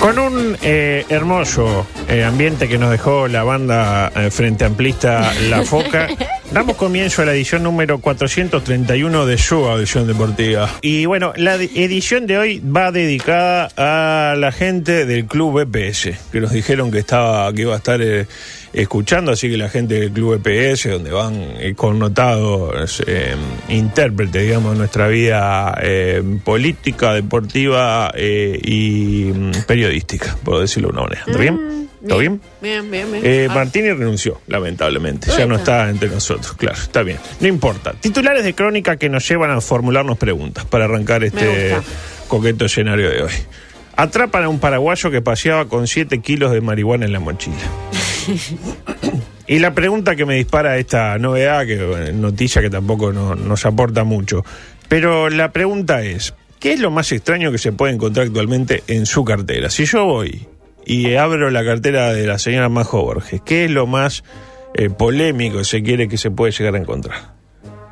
Con un eh, hermoso eh, ambiente que nos dejó la banda eh, Frente Amplista La Foca, damos comienzo a la edición número 431 de su audición deportiva. Y bueno, la di- edición de hoy va dedicada a la gente del Club EPS, que nos dijeron que estaba que iba a estar eh, escuchando, así que la gente del Club EPS, donde van eh, connotados eh, intérpretes, digamos, de nuestra vida eh, política, deportiva eh, y mm, periodística, por decirlo de una manera. ¿Todo bien? ¿Todo bien? Mm, Bien, bien, bien. Eh, Ah, Martini renunció, lamentablemente. Ya no está entre nosotros, claro. Está bien. No importa. Titulares de crónica que nos llevan a formularnos preguntas para arrancar este gusta. coqueto escenario de hoy. Atrapan a un paraguayo que paseaba con 7 kilos de marihuana en la mochila. y la pregunta que me dispara esta novedad, que bueno, noticia que tampoco no- nos aporta mucho. Pero la pregunta es: ¿qué es lo más extraño que se puede encontrar actualmente en su cartera? Si yo voy y abro la cartera de la señora Majo Borges, ¿qué es lo más eh, polémico, se quiere, que se puede llegar a encontrar?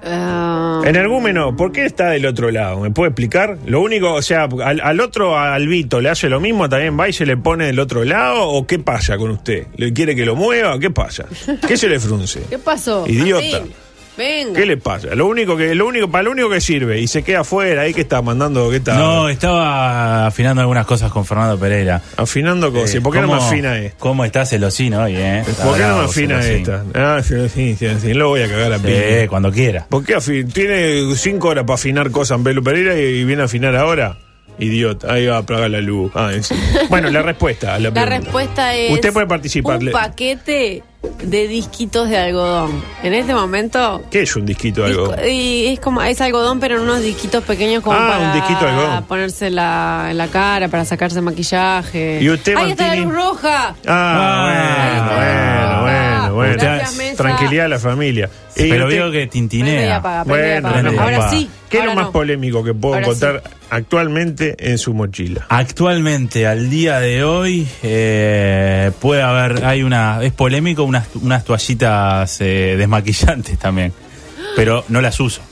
ah, Energúmeno, ¿por qué está del otro lado? ¿Me puede explicar? Lo único, o sea, al, al otro, al Vito, ¿le hace lo mismo? ¿También va y se le pone del otro lado? ¿O qué pasa con usted? ¿Le quiere que lo mueva? ¿Qué pasa? ¿Qué se le frunce? ¿Qué pasó? Idiota. Martín, Venga. ¿Qué le pasa? Lo único que, lo único, para lo único que sirve y se queda afuera ahí que está mandando, que está No, estaba afinando algunas cosas con Fernando Pereira. afinando cosas. Eh, ¿Y ¿Por qué no me ¿cómo- afina esto? ¿Cómo está celosino hoy, eh? Está ¿Por qué no me bravo, afina Celosín. esta? Ah, sí, sí, sí, sí, lo voy a cagar a Sí, piña. cuando quiera. ¿Por qué afi- tiene cinco horas para afinar cosas en Pelu Pereira y, y viene a afinar ahora? Idiota, ahí va a apagar la luz. Ah, es- Bueno, la respuesta a la La pregunta. respuesta es. Usted puede participar. Un Le- paquete de disquitos de algodón. En este momento. ¿Qué es un disquito de algo? disco- y es como es algodón, pero en unos disquitos pequeños como Ah, para un disquito de algodón. ponerse la, en la cara, para sacarse maquillaje. ¿Y usted, ¡Ahí está la Martini? luz roja! Ah, Ah, bueno, bueno, bueno, bueno. gracias, mesa. Tranquilidad a la familia. Y Pero usted- veo que Prende y tintinea. apaga, prende y Bueno, apaga. no, ahora papá. sí. ¿Qué es ahora lo más no. polémico que puedo Ahora encontrar actualmente en su mochila? Actualmente, al día de hoy, eh, puede haber, hay una, es polémico, unas, unas toallitas eh, desmaquillantes también, pero no las uso,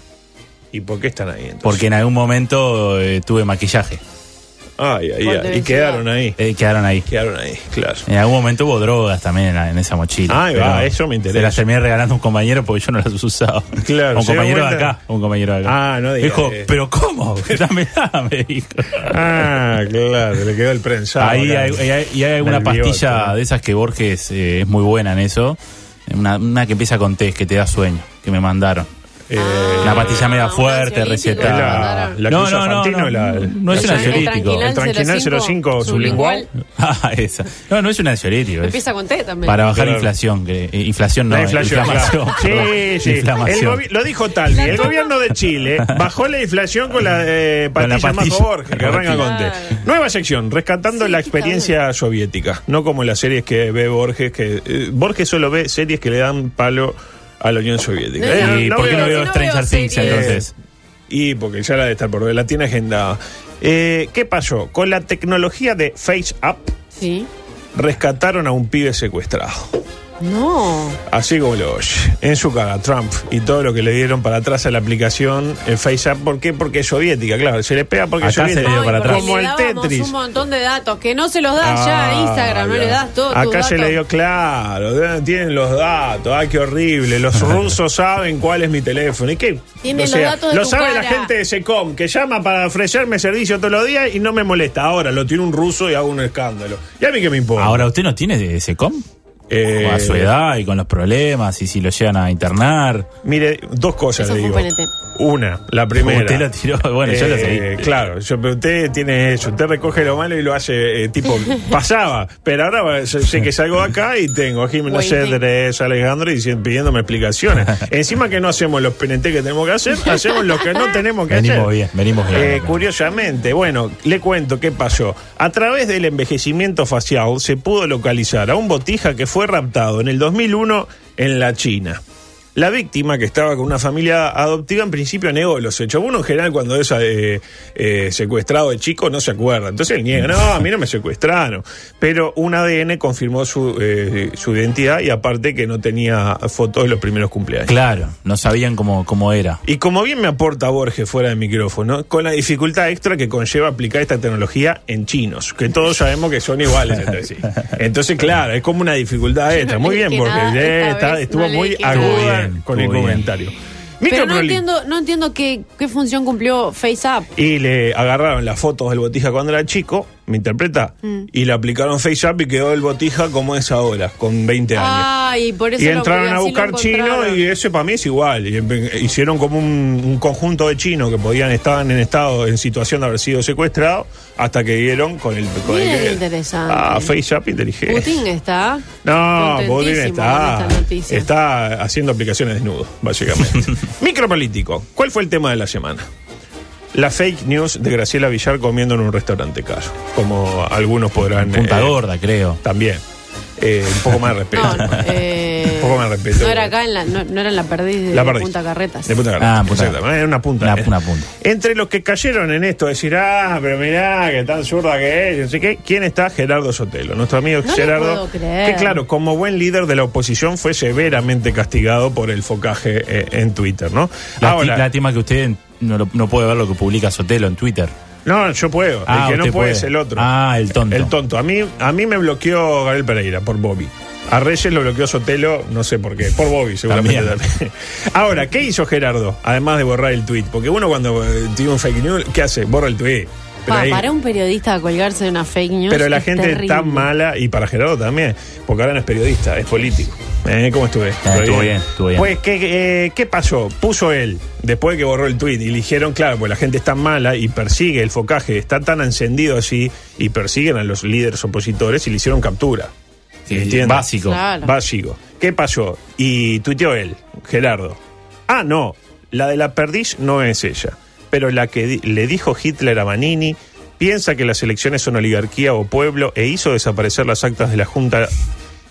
¿Y por qué están ahí entonces? porque en algún momento eh, tuve maquillaje, Ay, ay, Por ay. Y quedaron ahí. eh, quedaron ahí. Quedaron ahí, claro. En algún momento hubo drogas también en, la- en esa mochila. Ahí va, pero eso me interesa. Se las terminé regalando a un compañero porque yo no las usaba. Claro, un ¿se dio compañero de cuenta? acá, un compañero de acá. Ah, no digas Dijo, eso. pero ¿cómo? Dame, dame, dijo. Ah, claro, le quedó el prensado. Ahí claro. hay, y hay- y hay alguna El pastilla bigote. de esas que Borges eh, es muy buena en eso. Una, una que empieza con té, que te da sueño, que me mandaron. Eh, Ah, una pastilla media un fuerte, ansiolítico ¿Es que recetada. la, mandaron. la que No, usa no, no, Fantino, no, la- no es la- un ansiolítico. El Tranquinal 05 sublingual. Ah, esa. No, no es un ansiolítico. es Empieza con T también. Para bajar Claro. inflación. que- eh, inflación no, La eh, inflación. inflamación. claro. perdón. Sí, sí. El Inflamación. gobi- lo dijo Talvi. El toma. gobierno de Chile bajó la inflación con la eh, Con la pastilla Majo pastilla. Borges, que La arranca con T. pastilla. Nueva sección, rescatando Sí, la qué cabrón. experiencia soviética. No como las series que ve Borges, que eh, Borges solo ve series que le dan palo a la Unión Soviética. No, Eh, ¿Y por qué no veo- veo no Stranger veo Things series. entonces? Y porque ya la de estar por ver, la tiene agendada. Eh, ¿Qué pasó? Con la tecnología de Face Up Sí. rescataron a un pibe secuestrado. No. Así como lo oye. En su cara, Trump y todo lo que le dieron para atrás a la aplicación eh, Face Up. ¿Por qué? Porque es soviética, claro. Se le pega porque es Acá se soviética. le dio Ay, para porque atrás. Eh, Como le el dábamos Tetris. un montón de datos que no se los das ya a Ah, Instagram, no ya. le das todo. Acá se le dio claro, eh, tienen los datos, ah, qué horrible. Los rusos saben cuál es mi teléfono. ¿Y qué? Tienen los datos de lo tu sabe la cara. gente de Secom, que llama para ofrecerme servicio todos los días y no me molesta. Ahora lo tiene un ruso y hago un escándalo. ¿Y a mí qué me importa? Ahora, ¿usted no tiene ese com? Eh, a su edad y con los problemas y si lo llegan a internar. Mire, dos cosas Eso le fue digo. un PNT. Una, la primera. Usted lo tiró, bueno, yo lo Eh, seguí. Claro, yo, pero usted tiene eso, usted recoge lo malo y lo hace eh, tipo, pasaba, pero ahora va- sé, sé que salgo de acá y tengo a Jimena Waiting. Cedres, Alejandro y si- pidiéndome explicaciones. Encima que no hacemos los PNT que tenemos que hacer, hacemos los que no tenemos que Venimos hacer. bien, venimos bien. Eh, curiosamente, bueno, le cuento qué pasó. A través del envejecimiento facial se pudo localizar a un botija que fue raptado en el 2001 en la China. La víctima, que estaba con una familia adoptiva, en principio negó los hechos. Uno en general cuando es eh, eh, secuestrado de chico no se acuerda. Entonces él niega, no, a mí no me secuestraron. Pero un ADN confirmó su, eh, su identidad y aparte que no tenía fotos de los primeros cumpleaños. Claro, no sabían cómo, cómo era. Y como bien me aporta Borges fuera de micrófono, con la dificultad extra que conlleva aplicar esta tecnología en chinos, que todos sabemos que son iguales entre sí. Entonces, claro, es como una dificultad extra. Muy le bien, dije Borges, nada, eh, esta está- vez estuvo no le muy dije nada. aguda Estuvo bien, con el estuvo bien. comentario. Pero no Microproli- entiendo, no entiendo qué, qué función cumplió FaceApp. Y le agarraron las fotos del botija cuando era chico, me interpreta, Mm. y le aplicaron face up y quedó el botija como es ahora, con 20 Ah, años. Ay, por eso Y lo- entraron a así lo buscar chino encontraron. y ese para mí es igual. Y empe- Hicieron como un, un conjunto de chinos que podían estaban en estado en situación de haber sido secuestrados hasta que dieron con el con el Bien que- interesante. Ah, face up inteligente. Putin está. No, contentísimo Putin con está, esta noticia. está haciendo aplicaciones desnudo, básicamente. Micropolítico, ¿cuál fue el tema de la semana? La fake news de Graciela Villar comiendo en un restaurante caro, como algunos podrán... Punta eh, gorda, creo. También. Eh, un poco más de respeto. No, eh, Un poco más de respeto. No era acá, en la, no, no era en la perdiz de La perdí. Punta Carretas. De Punta Carretas. Ah, Punta Exactamente. Era una punta. eh. Una- una punta. Entre los que cayeron en esto, decir, ah, pero mirá, que tan zurda que es, no sé qué, ¿quién está? Gerardo Sotelo. Nuestro amigo No lo Gerardo. puedo creer. Que claro, como buen líder de la oposición, fue severamente castigado por el focaje eh, en Twitter, ¿no? Lati- Ahora. Lástima que usted no, lo- no puede ver lo que publica Sotelo en Twitter. No, yo puedo. Ah, el que no usted puede puede. es el otro. Ah, el tonto. El tonto. A mí, a mí me bloqueó Gabriel Pereira por Bobby. A Reyes lo bloqueó Sotelo, no sé por qué. Por Bobby, seguramente También. también. Ahora, ¿qué hizo Gerardo? Además de borrar el tweet. Porque uno cuando eh, tiene un fake news, ¿qué hace? Borra el tweet. Pero, Pa, ahí- para un periodista a colgarse de una fake news. pero la es gente terrible. es tan mala, y para Gerardo también, porque ahora no es periodista, es político. ¿Eh? ¿Cómo estuve? estuvo bien, estuvo bien. Pues, ¿qué, eh, qué pasó? Puso él, después de que borró el tweet, y le dijeron, claro, pues la gente es tan mala y persigue el focaje, está tan encendido así, y persiguen a los líderes opositores y le hicieron captura. Sí, ¿Entiendes? básico. Claro. Básico. ¿Qué pasó? Y tuiteó él, Gerardo. Ah, no, la de la perdiz no es ella, pero la que di- le dijo Hitler a Manini piensa que las elecciones son oligarquía o pueblo e hizo desaparecer las actas de la Junta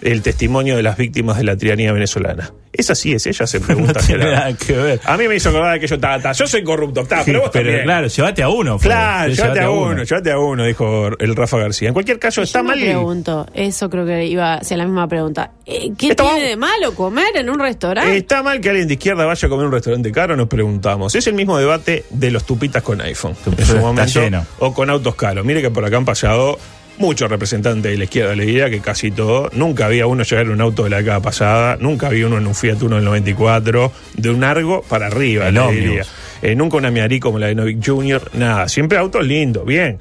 el testimonio de las víctimas de la tiranía venezolana. Esa sí es ella, se pregunta No tiene Gerardo. nada que ver. A mí me hizo acordar que yo, ta, ta, yo soy corrupto, ta, Ah, pero vos Pero también. claro, llévate a uno. fue. Claro, Sí, llévate a uno, llévate a uno, dijo el Rafa García. En cualquier caso, Yo está me mal. pregunto, eso creo que iba a ser la misma pregunta. Eh, ¿Qué Está tiene mal. de malo comer en un restaurante? ¿Está mal que alguien de izquierda vaya a comer a un restaurante caro? Nos preguntamos. Es el mismo debate de los tupitas con iPhone en su Está momento. lleno. O con autos caros. Mire que por acá han pasado muchos representantes de la izquierda. Le diría que casi todo. Nunca había uno llegar en un auto de la década pasada. Nunca había uno en un Fiat Uno del 94. De un Argo para arriba, El le ómnibus. diría. Eh, nunca una Miari como la de Novik Jr. Nada. Siempre autos lindos, bien.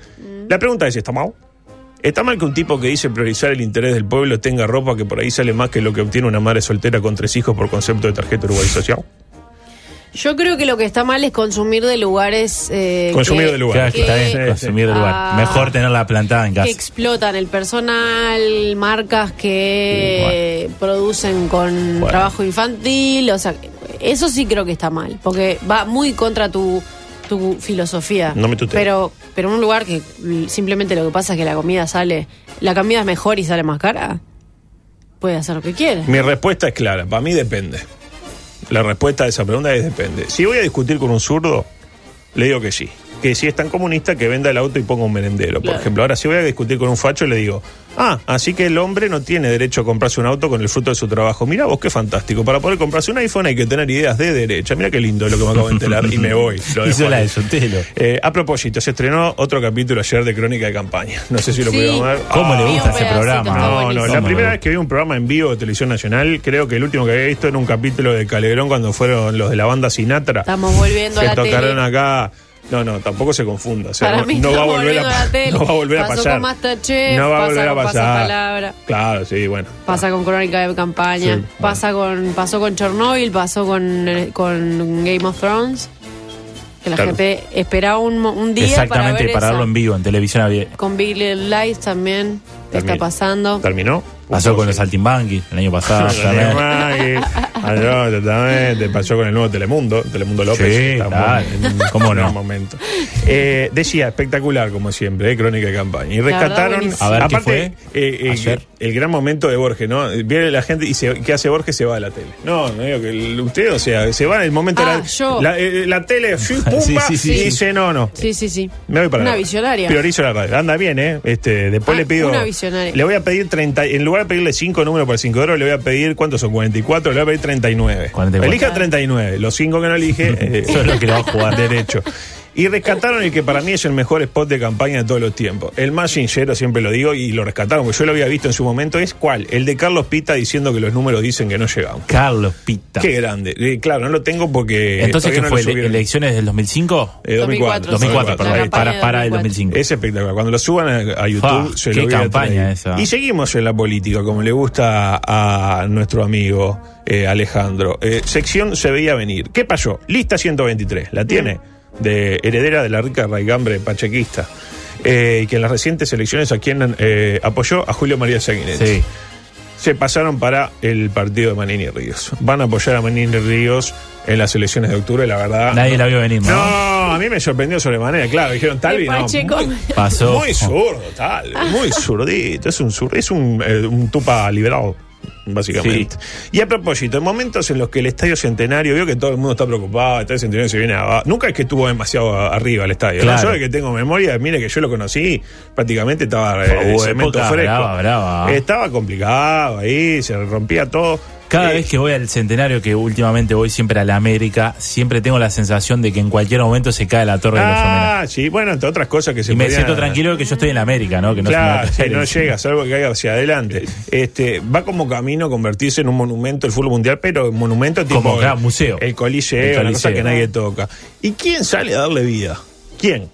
La pregunta es, ¿está mal? ¿Está mal que un tipo que dice priorizar el interés del pueblo tenga ropa que por ahí sale más que lo que obtiene una madre soltera con tres hijos por concepto de tarjeta Uruguay Social? Yo creo que lo que está mal es consumir de lugares. eh, Consumir que- de Claro, lugares, que está bien que- consumir el lugar. Ah. Mejor tenerla plantada en que casa. explotan el personal, marcas que producen con Bueno. trabajo infantil, o sea, eso sí creo que está mal, porque va muy contra tu, tu filosofía. No me tutee. Pero pero en un lugar que mm, simplemente lo que pasa es que la comida sale, la comida es mejor y sale más cara. Puede hacer lo que quiere. Mi respuesta es clara, para mí depende. La respuesta a esa pregunta es depende. Si voy a discutir con un zurdo, le digo que sí. Que si es tan comunista que venda el auto y ponga un merendero, por Claro. ejemplo. Ahora, si voy a discutir con un facho, le digo, ah, así que el hombre no tiene derecho a comprarse un auto con el fruto de su trabajo. Mira vos, qué fantástico. Para poder comprarse un iPhone hay que tener ideas de derecha. Mira qué lindo es lo que me acabo de enterar y me voy. Lo dejo Hizo la ahí. de Sotelo. Eh, a propósito, se estrenó otro capítulo ayer de Crónica de Campaña. No sé si lo Sí. pudieron ver. ¿Cómo le Ah, Ah, un gusta ese pedacito, programa? está no, buenísimo. no, la primera vez que vi un programa en vivo de Televisión Nacional, creo que el último que había visto era un capítulo de Calegrón cuando fueron los de la banda Sinatra. Estamos volviendo a que la tocaron tele. acá No, no, tampoco se confunda. o sea, Para no, mí no va a estamos volver a, volviendo a la tele. no va a volver a Pasó pasar. con Masterchef, no va a pasa volver a con pasar. Pasapalabra. Claro, sí, bueno. Pasa con Crónica de Campaña, Sí, pasa con, pasó con Chernobyl, pasó con, eh, con Game of Thrones. Que la Claro. gente esperaba un, mo- un día Exactamente, para ver para esa. verlo en vivo, en televisión abierta. Con Big Little Lies también, que También. está pasando. Terminó. Pasó con Entonces, los saltimbanquis el año pasado. Con también. Maggie, Aló, totalmente. Pasó con el nuevo Telemundo, Telemundo López. Sí, estamos claro, cómo no. gran momento. Eh, decía, espectacular, como siempre, eh, crónica de campaña. Y verdad, rescataron. buenísimo. A ver, ¿qué aparte, fue? eh, eh, Ayer. el gran momento de Borges, ¿no? Viene la gente y se, ¿qué hace Borges? Se va de la tele. No, no digo que el- usted, o sea, se va en el momento de Ah, la, yo. la, eh, la tele, fiu, pumba, Sí, sí, sí, y sí. dice, no, no. Sí, sí, sí. Me voy para Una la- visionaria. Priorizo la radio. Anda bien, ¿eh? Este, después Ah, le pido. una visionaria. Le voy a pedir 30. En lugar de pedirle 5 números por 5 euros, le voy a pedir. ¿Cuántos son? 44. Le voy a pedir 39. 44. Elija 39. Los 5 que no elige. eh, Eso es lo que le va a jugar. Derecho. Y rescataron el que para mí es el mejor spot de campaña de todos los tiempos. El más sincero, siempre lo digo, y lo rescataron, porque yo lo había visto en su momento, es cuál? El de Carlos Pita diciendo que los números dicen que no llegamos. Carlos Pita. Qué grande. Eh, claro, no lo tengo porque. Entonces, ¿qué todavía no fue? lo subieron. ¿Elecciones del 2005? Eh, 2004. 2004, La campaña perdón. Para, del para el 2004. 2005. Es espectacular. Cuando lo suban a, a YouTube, Fa, se qué lo voy a campaña traer. esa. Y seguimos en la política, como le gusta a nuestro amigo eh, Alejandro. Eh, sección se veía venir. ¿Qué pasó? Lista 123. ¿La tiene? De heredera de la rica raigambre pachequista. Eh, que en las recientes elecciones a quien eh, apoyó a Julio María Sanguinetti Sí. se pasaron para el partido de Manini Ríos. Van a apoyar a Manini Ríos en las elecciones de octubre, la verdad. Nadie la vio venir, ¿no? No, a mí me sorprendió sobremanera, claro, dijeron Qué Talvi, no, pacheco. muy, Pasó. muy zurdo, tal, Ah. muy zurdito, es un zur- es un, eh, un tupa liberado, básicamente. Y a propósito, en momentos en los que el Estadio Centenario, vio que todo el mundo está preocupado, el Estadio Centenario se viene abajo, nunca es que estuvo demasiado a- arriba el estadio, ¿no? Claro. yo de que tengo memoria, mire que yo lo conocí, prácticamente estaba eh, Fue cemento época fresco. brava, brava. Estaba complicado ahí, se rompía todo. Cada Eh, vez que voy al centenario, que últimamente voy siempre a la América, siempre tengo la sensación de que en cualquier momento se cae la torre de los homenajes. Ah, sí, bueno, entre otras cosas que se Y me podían- siento tranquilo de que yo estoy en la América, ¿no? Que no se me va a claro, si caer no encima. llega, salvo que caiga hacia adelante. Este, va como camino a convertirse en un monumento el fútbol mundial, pero un monumento tipo Como, claro, el- museo. El coliseo, El una cosa Coliseo. que nadie toca. ¿Y quién sale a darle vida? ¿Quién?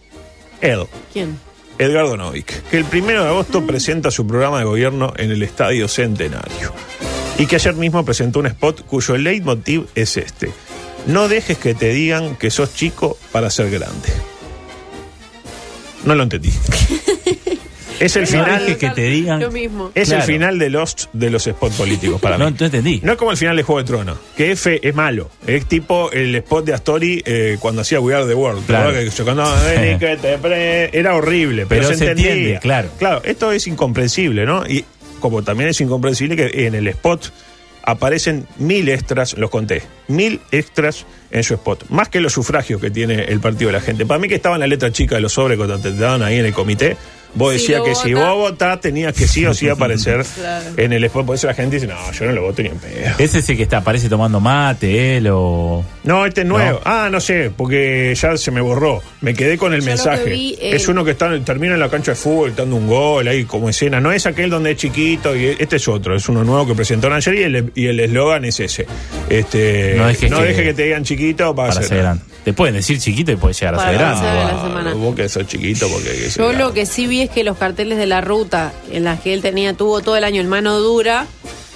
Él, ¿Quién? Edgardo Novik, que el primero de agosto presenta su programa de gobierno en el Estadio Centenario. Y que ayer mismo presentó un spot cuyo leitmotiv es este. No dejes que te digan que sos chico para ser grande. No lo entendí. es el No final. dejes que te digan. Lo mismo. Es Claro. el final de los de los spots políticos para No, mí. no entendí. No es como el final de Juego de Tronos, que F es malo. Es tipo el spot de Astori eh, cuando hacía We Are the World. ¿te Claro. acuerdas que chocando, "Vení que te pre-". Era horrible, pero, Pero se entendía. entiende, claro. Claro, esto es incomprensible, ¿no? Y como también es incomprensible que en el spot aparecen mil extras, los conté, mil extras en su spot. Más que los sufragios que tiene el partido de la gente. Para mí que estaba en la letra chica de los sobres cuando te daban ahí en el comité. Vos Si decías lo que si votás- vos votás tenías que sí o sí aparecer Claro. en el spot. Por eso la gente dice, no, yo no lo voto ni en pedo. Es ese que está, parece tomando mate, él o. No, este es nuevo. Ah, no sé, porque ya se me borró. Me quedé con el Yo lo mensaje. que vi, eh, Es uno que está, termina en la cancha de fútbol dando un gol ahí como escena. No es aquel donde es chiquito y este es otro. Es uno nuevo que presentaron ayer y el y el eslogan es ese. Este, No dejes que- dejes que te digan chiquito para, para ser grande. Te pueden decir chiquito y puedes llegar a Para ser grande. ser grande. Wow. la semana. Ah, Vos que sos chiquito porque... que Yo sea- lo que sí vi es que los carteles de la ruta en las que él tenía, tuvo todo el año en mano dura,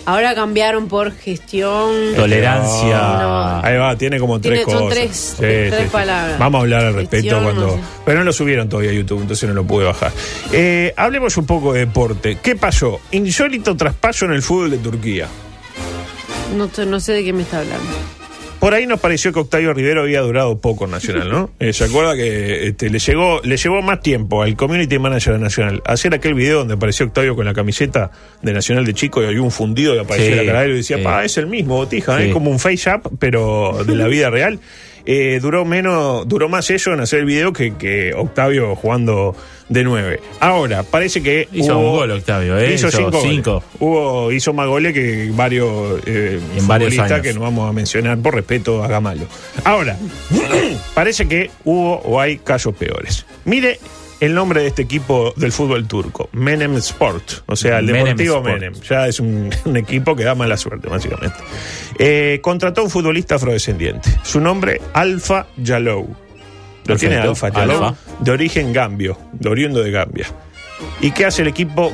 ahora cambiaron por gestión. Tolerancia. No. Ahí va, tiene como tres Tiene- son cosas. tres- tres palabras. Vamos a hablar al respecto Gestión, cuando. no sé. Pero no lo subieron todavía a YouTube, entonces no lo pude bajar. Eh, hablemos un poco de deporte. ¿Qué pasó? Insólito traspaso en el fútbol de Turquía. No, sé- no sé de qué me está hablando. Por ahí nos pareció que Octavio Rivero había durado poco en Nacional, ¿no? Eh, ¿Se acuerda que este, le llegó le llevó más tiempo al community manager de Nacional hacer aquel video donde apareció Octavio con la camiseta de Nacional de chico y había un fundido que aparecía Sí, en la cara de él y decía, sí. pa, es el mismo, botija, ¿eh? Sí. es como un face-up, pero de la vida real. Eh, duró menos, duró más eso en hacer el video que, que Octavio jugando de nueve. Ahora, parece que Hizo hubo- un gol, Octavio, ¿eh? Hizo, Hizo cinco. goles. cinco. Hubo, hizo más goles que varios eh, En varios futbolistas años. que no vamos a mencionar por respeto a Gamalo. Ahora, parece que hubo o hay casos peores. Mire el nombre de este equipo del fútbol turco, Menem Sport, o sea, el Menem Deportivo Sport. Menem. Ya es un, un equipo que da mala suerte, básicamente. Eh, contrató a un futbolista afrodescendiente. Su nombre, Alfa Yalou. Lo tiene Perfecto. Alfa, Tialó, Alfa. de origen gambio, de oriundo de Gambia. ¿Y qué hace el equipo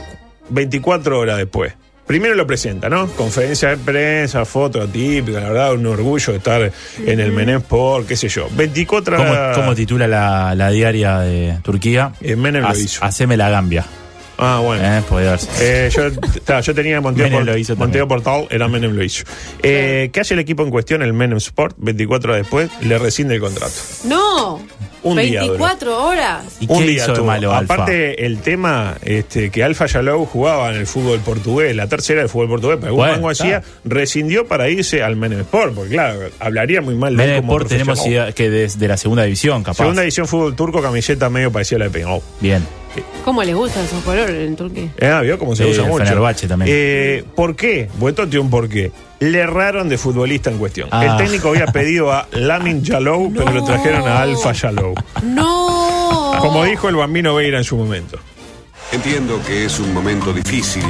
24 horas después? Primero lo presenta, ¿no? Conferencia de prensa, foto típica, la verdad, un orgullo de estar en el Menem Sport, qué sé yo. 24 ¿Cómo, horas. cómo titula la, la diaria de Turquía? Ah. Eh, Menem lo Haz- hizo. Haceme la gambia. ah, bueno. Eh, podría darse. Eh, yo, ta, yo tenía Monteo, Menem Port- lo hizo Monteo Portal, era Menem lo hizo. Eh, ¿Qué hace el equipo en cuestión, el Menem Sport? 24 horas después le rescinde el contrato. No. Un día duró. 24 horas. ¿Y Un qué día hizo de tuvo. malo Alfa? Aparte, el tema este, que Alfa Yalou jugaba en el fútbol portugués, la tercera del fútbol portugués, pero Bueno, un mango está. hacía, rescindió para irse al Menem Sport, porque claro, hablaría muy mal de él Menem como Sport tenemos profesional. idea que desde la segunda división, capaz. Segunda edición fútbol turco, camiseta medio parecida a la de Peñarol. Bien. ¿Cómo les gustan esos colores en Turquía? Ah, vio cómo se Sí, usa el mucho. Fenerbahce también. Eh, ¿Por qué? Bueto tiene un porqué. Le erraron de futbolista en cuestión. Ah. El técnico había pedido a Lamin Yalou, pero lo trajeron a Alfa Yalou. Oh. No. Como dijo el bambino Veira en su momento. Entiendo que es un momento difícil,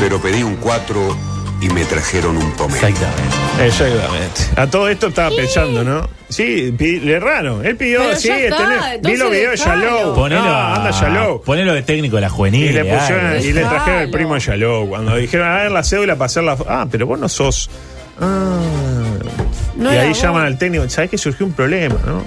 pero pedí un 4 y me trajeron un pomelo. Exactamente. Exactamente. A todo esto estaba pensando, ¿no? Sí, pi- le erraron. Él pidió, Pero sí, ya está, tenés- vi los entonces videos de dejalo. Yalou. Ponelo, No, a- Ah, anda Yalou. ponelo de técnico de la juvenil. Y le, algo. ¿eh? pusieron, y le Dejalo. trajeron el primo Yalou. Cuando dijeron, a ver la cédula para hacer la. f- Ah, pero vos no sos. Ah. No y era ahí vos. llaman al técnico. ¿Sabés que surgió un problema, no?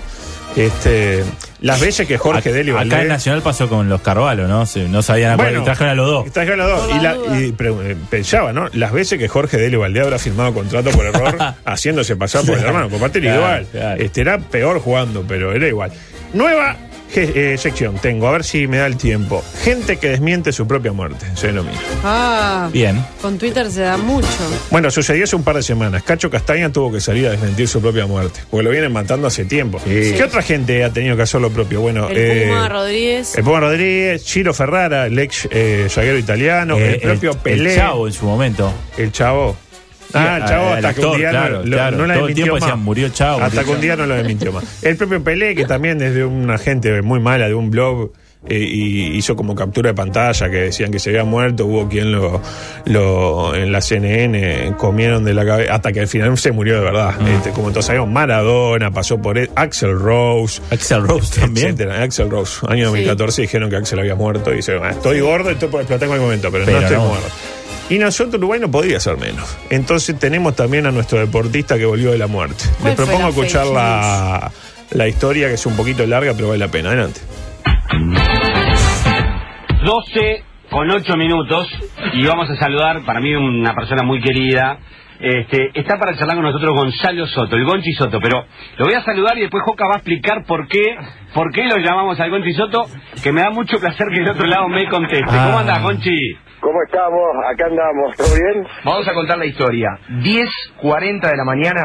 Este, las veces que Jorge Deli acá, Valdés- en Nacional pasó con los Carvalho, ¿no? Se- no sabían a cuál- Bueno, y Ah, trajeron a los dos. trajeron a los dos. Por Y, las la- y pre- eh, pensaba, ¿no? Las veces que Jorge Delio Valdea habrá firmado contrato por error, haciéndose pasar por el hermano. Comparte era Claro, igual. claro. Este era peor jugando, pero era igual. Nueva ge- eh, sección tengo, a ver si me da el tiempo. Gente que desmiente su propia muerte, se denomina. Ah. Bien. Con Twitter se da mucho. Bueno, sucedió hace un par de semanas. Cacho Castaña tuvo que salir a desmentir su propia muerte, porque lo vienen matando hace tiempo. ¿Qué otra gente ha tenido que hacer lo propio? Bueno, El eh, Puma Rodríguez. El Puma Rodríguez, Chiro Ferrara, el ex eh, zaguero italiano, Eh, el propio Pelé. Chavo en su momento. El chavo. Ah, el chavo al- al hasta que un actor, día claro, no, lo- claro. no la Todo el desmintió tiempo más. decían, murió el Chavo, Hasta murió que un el día no lo desmintió más. El propio Pelé, que también es de una gente muy mala, de un blog, eh, y hizo como captura de pantalla que decían que se había muerto. Hubo quien lo, lo en la CNN comieron de la cabeza. Hasta que al final se murió de verdad. Mm. Este, como todos sabemos, Maradona pasó por él, Axel Rose. Axel Rose también. Etcétera. Axel Rose, año 2014 dijeron que Axel había muerto y dice, "Ah, estoy gordo, estoy por explotar en cualquier momento, pero, Pero no estoy no. muerto. Y nosotros, Uruguay, no podía ser menos. Entonces tenemos también a nuestro deportista que volvió de la muerte. Les ¿Cuál fue propongo la fake escuchar la, la historia, que es un poquito larga, pero vale la pena. Adelante. 12 con 8 minutos y vamos a saludar, para mí una persona muy querida. Este, está para charlar con nosotros Gonzalo Soto, el Gonchi Soto, pero lo voy a saludar y después Joca va a explicar por qué, por qué lo llamamos al Gonchi Soto, que me da mucho placer que el otro lado me conteste. ¿Cómo Ah. andás, Gonchi? ¿Cómo estamos? Acá andamos, ¿todo bien? Vamos a contar la historia. 10.40 de la mañana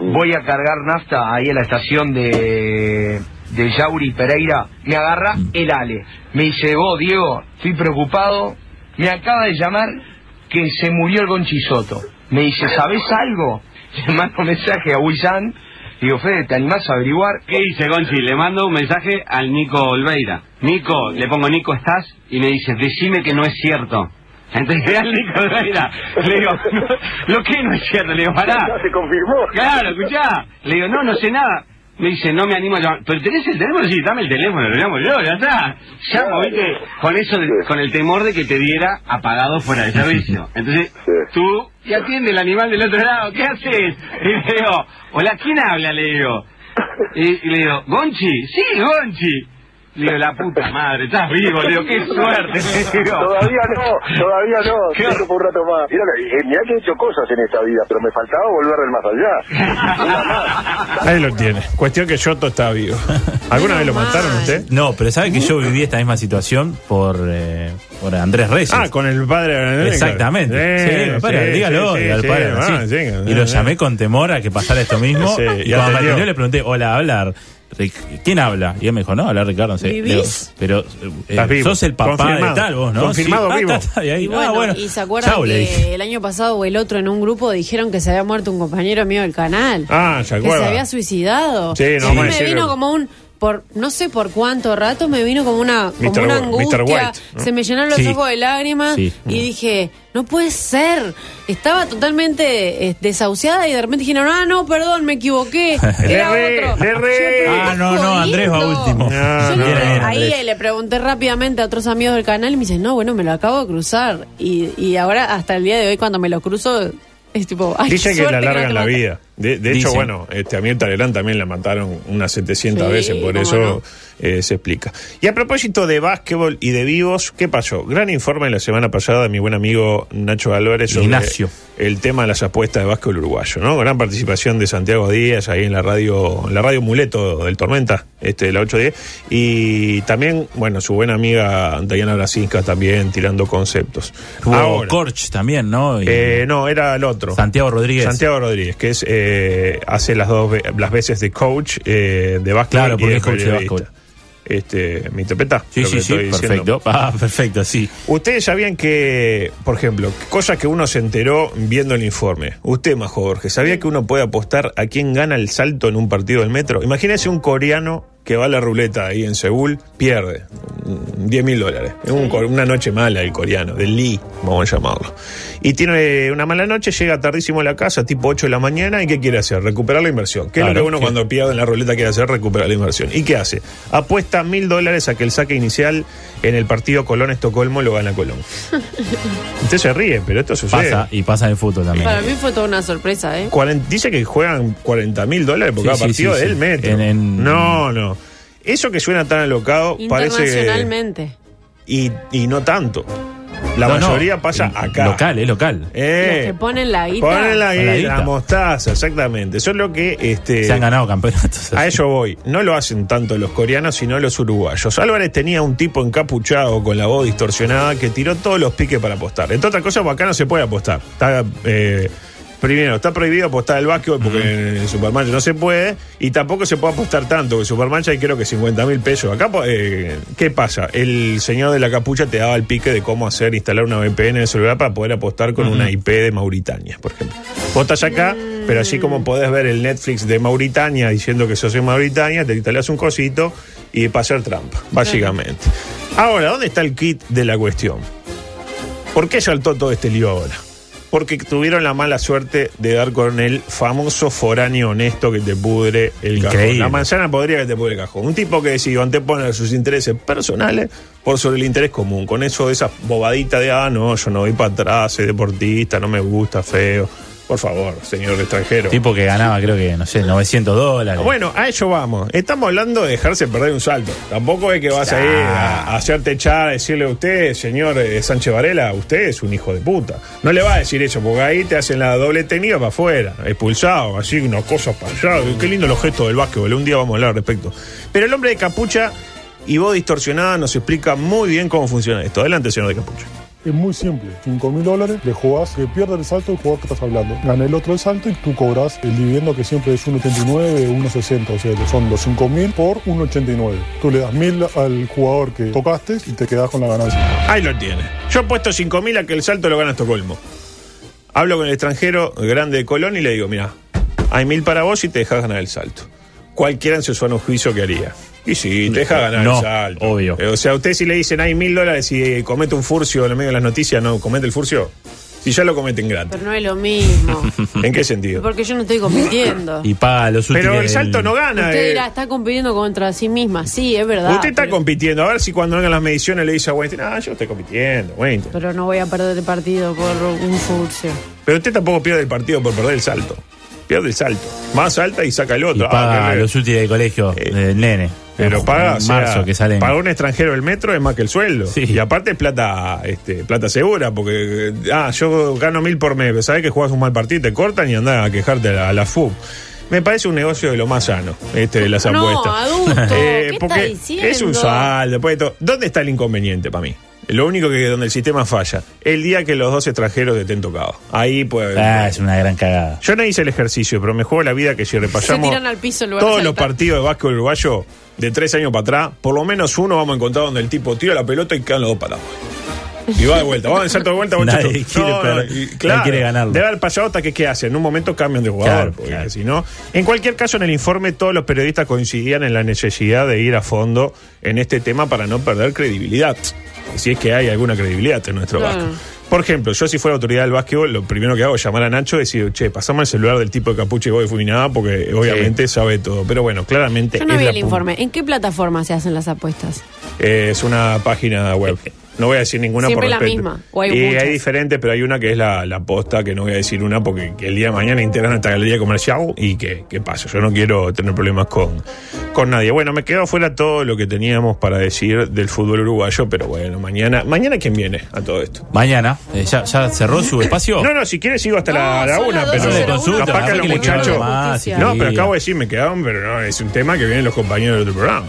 voy a cargar nafta ahí en la estación de, de Yauri Pereira. Me agarra el Ale. Me dice, vos, Diego, estoy preocupado. Me acaba de llamar que se murió el Gonchisoto. Me dice, ¿sabés algo? Le mando un mensaje a Wilsan. Digo, Fede, ¿te animás a averiguar? ¿Qué dice Gonchi? Le mando un mensaje al Nico Olveira. Nico, le pongo Nico, ¿estás? Y me dice, decime que no es cierto. Entonces al Nico Olveira. Le digo, "No, ¿lo que no es cierto? Le digo, pará. Ya se confirmó. Claro, escuchá. Le digo, no, no sé nada. Me dice, no me animo a llamar. ¿Pero tenés el teléfono? Sí, dame el teléfono, lo llamo yo, ya está. Llamo, viste, con eso, de- con el temor de que te diera apagado fuera de servicio. Entonces, tú, y atiende el animal del otro lado, ¿qué haces? Y le digo, hola, ¿quién habla? Le digo. Y, y le digo, Gonchi, sí, Gonchi. Le digo, la puta madre, estás vivo, le digo, qué suerte. Le digo, Todavía no, todavía no. Qué Eso por un rato más. Mira, que- eh, mirá que he hecho cosas en esta vida, pero me faltaba volver del más allá. Nada más. Ahí lo tiene. Cuestión que Yoto está vivo. ¿Alguna vez lo Menos mataron mal. usted? No, pero ¿sabe que yo viví esta misma situación por, eh, por Andrés Reyes? Ah, con el padre. Exactamente. Eh, Sí, mi padre, sí, dígalo, sí, diga al sí, padre, ah, sí. sí, y ah, lo ah. llamé con temor a que pasara esto mismo. Sí, y y cuando me atendió. atendió le pregunté, hola, hablar. ¿Quién habla? Y él me dijo, no, habla Ricardo. No sé. ¿Vivís? Le digo, Pero eh, Estás vivo. sos el papá Confirmado. de tal vos, ¿no? Confirmado Ah, vivo. está, está, y ahí, Y bueno, ah, bueno. y se acuerdan Chau, le dije. que el año pasado o el otro en un grupo dijeron que se había muerto un compañero mío del canal. Ah, se que se acuerda. había suicidado. Sí, no, y a mí me me dijeron. vino como un por no sé por cuánto rato me vino como una, como Mr. una Wa- Mr. angustia, White, ¿no? se me llenaron los Sí. ojos de lágrimas Sí. y dije, no puede ser. Estaba totalmente eh, desahuciada y de repente dijeron, ah, no, perdón, me equivoqué. Era Le erré, otro. le erré. Yo, pero Ah, no, no, Andrés va jodiendo. último. No, Yo Ah, no, le- no, Bien, ahí Andrés. eh, le pregunté rápidamente a otros amigos del canal y me dicen, no, bueno, me lo acabo de cruzar. Y, y ahora, hasta el día de hoy, cuando me lo cruzo, es tipo, ay, Dicen qué que le suerte no alargan te la mataste". vida. De, de hecho, Dicen. bueno, este, a Mirta Legrand también la mataron unas 700 Sí, veces, por cómo eso no. eh, se explica. Y a propósito de básquetbol y de vivos, ¿qué pasó? Gran informe la semana pasada de mi buen amigo Nacho Álvarez sobre Ignacio. el tema de las apuestas de básquetbol uruguayo, ¿no? Gran participación de Santiago Díaz ahí en la radio, en la radio Muleto del Tormenta, este, la 810. Y también, bueno, su buena amiga Diana Brasinska también tirando conceptos. Hubo Ahora, Corch también, ¿no? Y- eh, no, era el otro. Santiago Rodríguez. Santiago Rodríguez, que es eh, hace las dos ve- las veces de coach eh, de básquet. Claro, porque y es coach de periodista. básquetbol. Este, ¿Me interpreta? Sí, lo sí, que sí, estoy diciendo? perfecto. Ah, perfecto, sí. Ustedes sabían que, por ejemplo, cosas que uno se enteró viendo el informe. Usted, Majo Jorge, ¿sabía que uno puede apostar a quién gana el salto en un partido del metro? Imagínese un coreano que va a la ruleta ahí en Seúl, pierde mm, 10 mil dólares. Es un cor- una noche mala el coreano, del Lee, vamos a llamarlo. Y tiene una mala noche, llega tardísimo a la casa, tipo 8 de la mañana, ¿y qué quiere hacer? Recuperar la inversión. ¿Qué es lo Claro, que uno sí. cuando pierde en la ruleta quiere hacer? Recuperar la inversión. ¿Y qué hace? Apuesta mil dólares a que el saque inicial en el partido Colón-Estocolmo lo gana Colón. Usted se ríe, pero esto sucede. Pasa, y pasa en el fútbol también. Para mí fue toda una sorpresa, ¿eh? Cuaren- dice que juegan 40 mil dólares por Sí, cada sí, partido sí, sí. del metro. En- en- No, no. Eso que suena tan alocado parece. Internacionalmente. Y, y no tanto. La No, no, mayoría pasa el- acá. Local, es local. Eh, Los que ponen la guita. Ponen la, Con la guita, guita. la mostaza, exactamente. Eso es lo que. Este, Se han ganado campeonatos. A eso voy. No lo hacen tanto los coreanos, sino los uruguayos. Álvarez tenía un tipo encapuchado con la voz distorsionada que tiró todos los piques para apostar. Entre otras cosas, acá no se puede apostar. Está, eh, primero, está prohibido apostar al básquetbol porque en el Supermancha no se puede. Y tampoco se puede apostar tanto. En Supermancha hay creo que 50 mil pesos. Acá, po- eh, ¿qué pasa? El señor de la capucha te daba el pique de cómo hacer instalar una VPN en el celular para poder apostar con una IP de Mauritania, por ejemplo. Votas acá, pero así como podés ver el Netflix de Mauritania diciendo que sos de Mauritania, te instalás un cosito y para hacer trampa, básicamente. Ahora, ¿dónde está el kit de la cuestión? ¿Por qué saltó todo este lío ahora? Porque tuvieron la mala suerte de dar con el famoso foráneo honesto que te pudre el cajón. Increíble. La manzana podría que te pudre el cajón. Un tipo que decidió anteponer sus intereses personales por sobre el interés común. Con eso, esa bobadita de, ah, no, yo no voy para atrás, soy deportista, no me gusta, feo. Por favor, señor extranjero. Tipo que ganaba, creo que, no sé, 900 dólares. Ah, Bueno, a eso vamos. Estamos hablando de dejarse perder un salto. Tampoco es que vas a ir a, a hacerte echar, a decirle a usted, señor eh, Sánchez Varela, usted es un hijo de puta. No le va a decir eso, porque ahí te hacen la doble tenida para afuera, expulsado, así, unas cosas para allá. Qué lindo los gestos del básquetbol. Un día vamos a hablar al respecto. Pero el hombre de capucha y voz distorsionada nos explica muy bien cómo funciona esto. Adelante, señor de capucha. Es muy simple, 5 mil dólares, le jugás, que pierde el salto el jugador que estás hablando. Gana el otro el salto y tú cobras el dividendo que siempre es 1,89, 1,60, o sea, que son los 5 mil por 1,89. Tú le das mil al jugador que tocaste y te quedás con la ganancia. Ahí lo tiene. Yo he puesto 5.000 a que el salto lo gana Estocolmo. Hablo con el extranjero grande de Colón y le digo, mira, hay mil para vos y te dejas ganar el salto. Cualquiera en su suano juicio que haría. Y sí, te deja ganar Eh, No, el salto. obvio. Eh, O sea, a usted si le dicen hay mil dólares y eh, comete un furcio en el medio de las noticias, no, comete el furcio. Si ya lo cometen gratis. Pero no es lo mismo. Mm. ¿En qué sentido? Porque yo no estoy compitiendo. Y paga los útiles. Pero el del- salto no gana. Usted eh. dirá, está compitiendo contra sí misma. Sí, es verdad. Usted está pero, compitiendo. A ver si cuando hagan las mediciones le dice a Weinstein, ah, yo estoy compitiendo, Weinstein. pero no voy a perder el partido por un furcio. Pero usted tampoco pierde el partido por perder el salto. Pierde el salto. Más salta y saca el Y otro. Ah, paga qué- los útiles de colegio Eh, del nene. pero En paga, o sea, marzo que salen. para un extranjero el metro es más que el sueldo. Sí. Y aparte es plata, este, plata segura, porque eh, ah, yo gano mil por mes, pero sabés que jugás un mal partido, te cortan y andás a quejarte a la, a la FUB. Me parece un negocio de lo más sano, este de las No, apuestas. Eh, adulto, ¿qué está porque diciendo? Es un saldo, después de todo. ¿Dónde está el inconveniente para mí? Lo único que donde el sistema falla, el día que los dos extranjeros estén tocados. Ahí puede Ah, es una gran cagada. yo no hice el ejercicio, pero me juego la vida que si repasamos Se tiran al piso en lugar de todos los saltar. partidos de básquet uruguayo de tres años para atrás, por lo menos uno vamos a encontrar donde el tipo tira la pelota y quedan los dos parados. Y va de vuelta, vamos de salto de vuelta, muchachos. Nadie quiere perder, y nadie quiere ganarlo. Debe haber pasado hasta que qué hacen. En un momento cambian de jugador. pues, Claro, porque claro. si no. En cualquier caso, en el informe todos los periodistas coincidían en la necesidad de ir a fondo en este tema para no perder credibilidad. Si es que hay alguna credibilidad en nuestro Claro. vasco. Por ejemplo, yo si fuera autoridad del básquetbol, lo primero que hago es llamar a Nacho y decir, che, pasame el celular del tipo de capucha y voy de Fuminada porque obviamente sabe todo. Pero bueno, claramente. Yo no es vi la el pu- informe. ¿En qué plataforma se hacen las apuestas? eh, es una página web. No voy a decir ninguna Eh, Siempre por la respeto. misma, o hay y muchas. hay diferentes, pero hay una que es la, la posta, que no voy a decir una porque que el día de mañana integran esta galería comercial y que, que pasa. Yo no quiero tener problemas con, con nadie. Bueno, me quedo fuera todo lo que teníamos para decir del fútbol uruguayo, pero bueno, mañana, mañana quién viene a todo esto. Mañana, eh, ya, ya cerró su espacio? No, no, si quieres sigo hasta la, No, la son una, las pero 12 de la una. capaz que a Capaz los que le quedaron muchachos. más, No, pero acabo de decir, me quedaron, pero no, es un tema que vienen los compañeros del otro programa.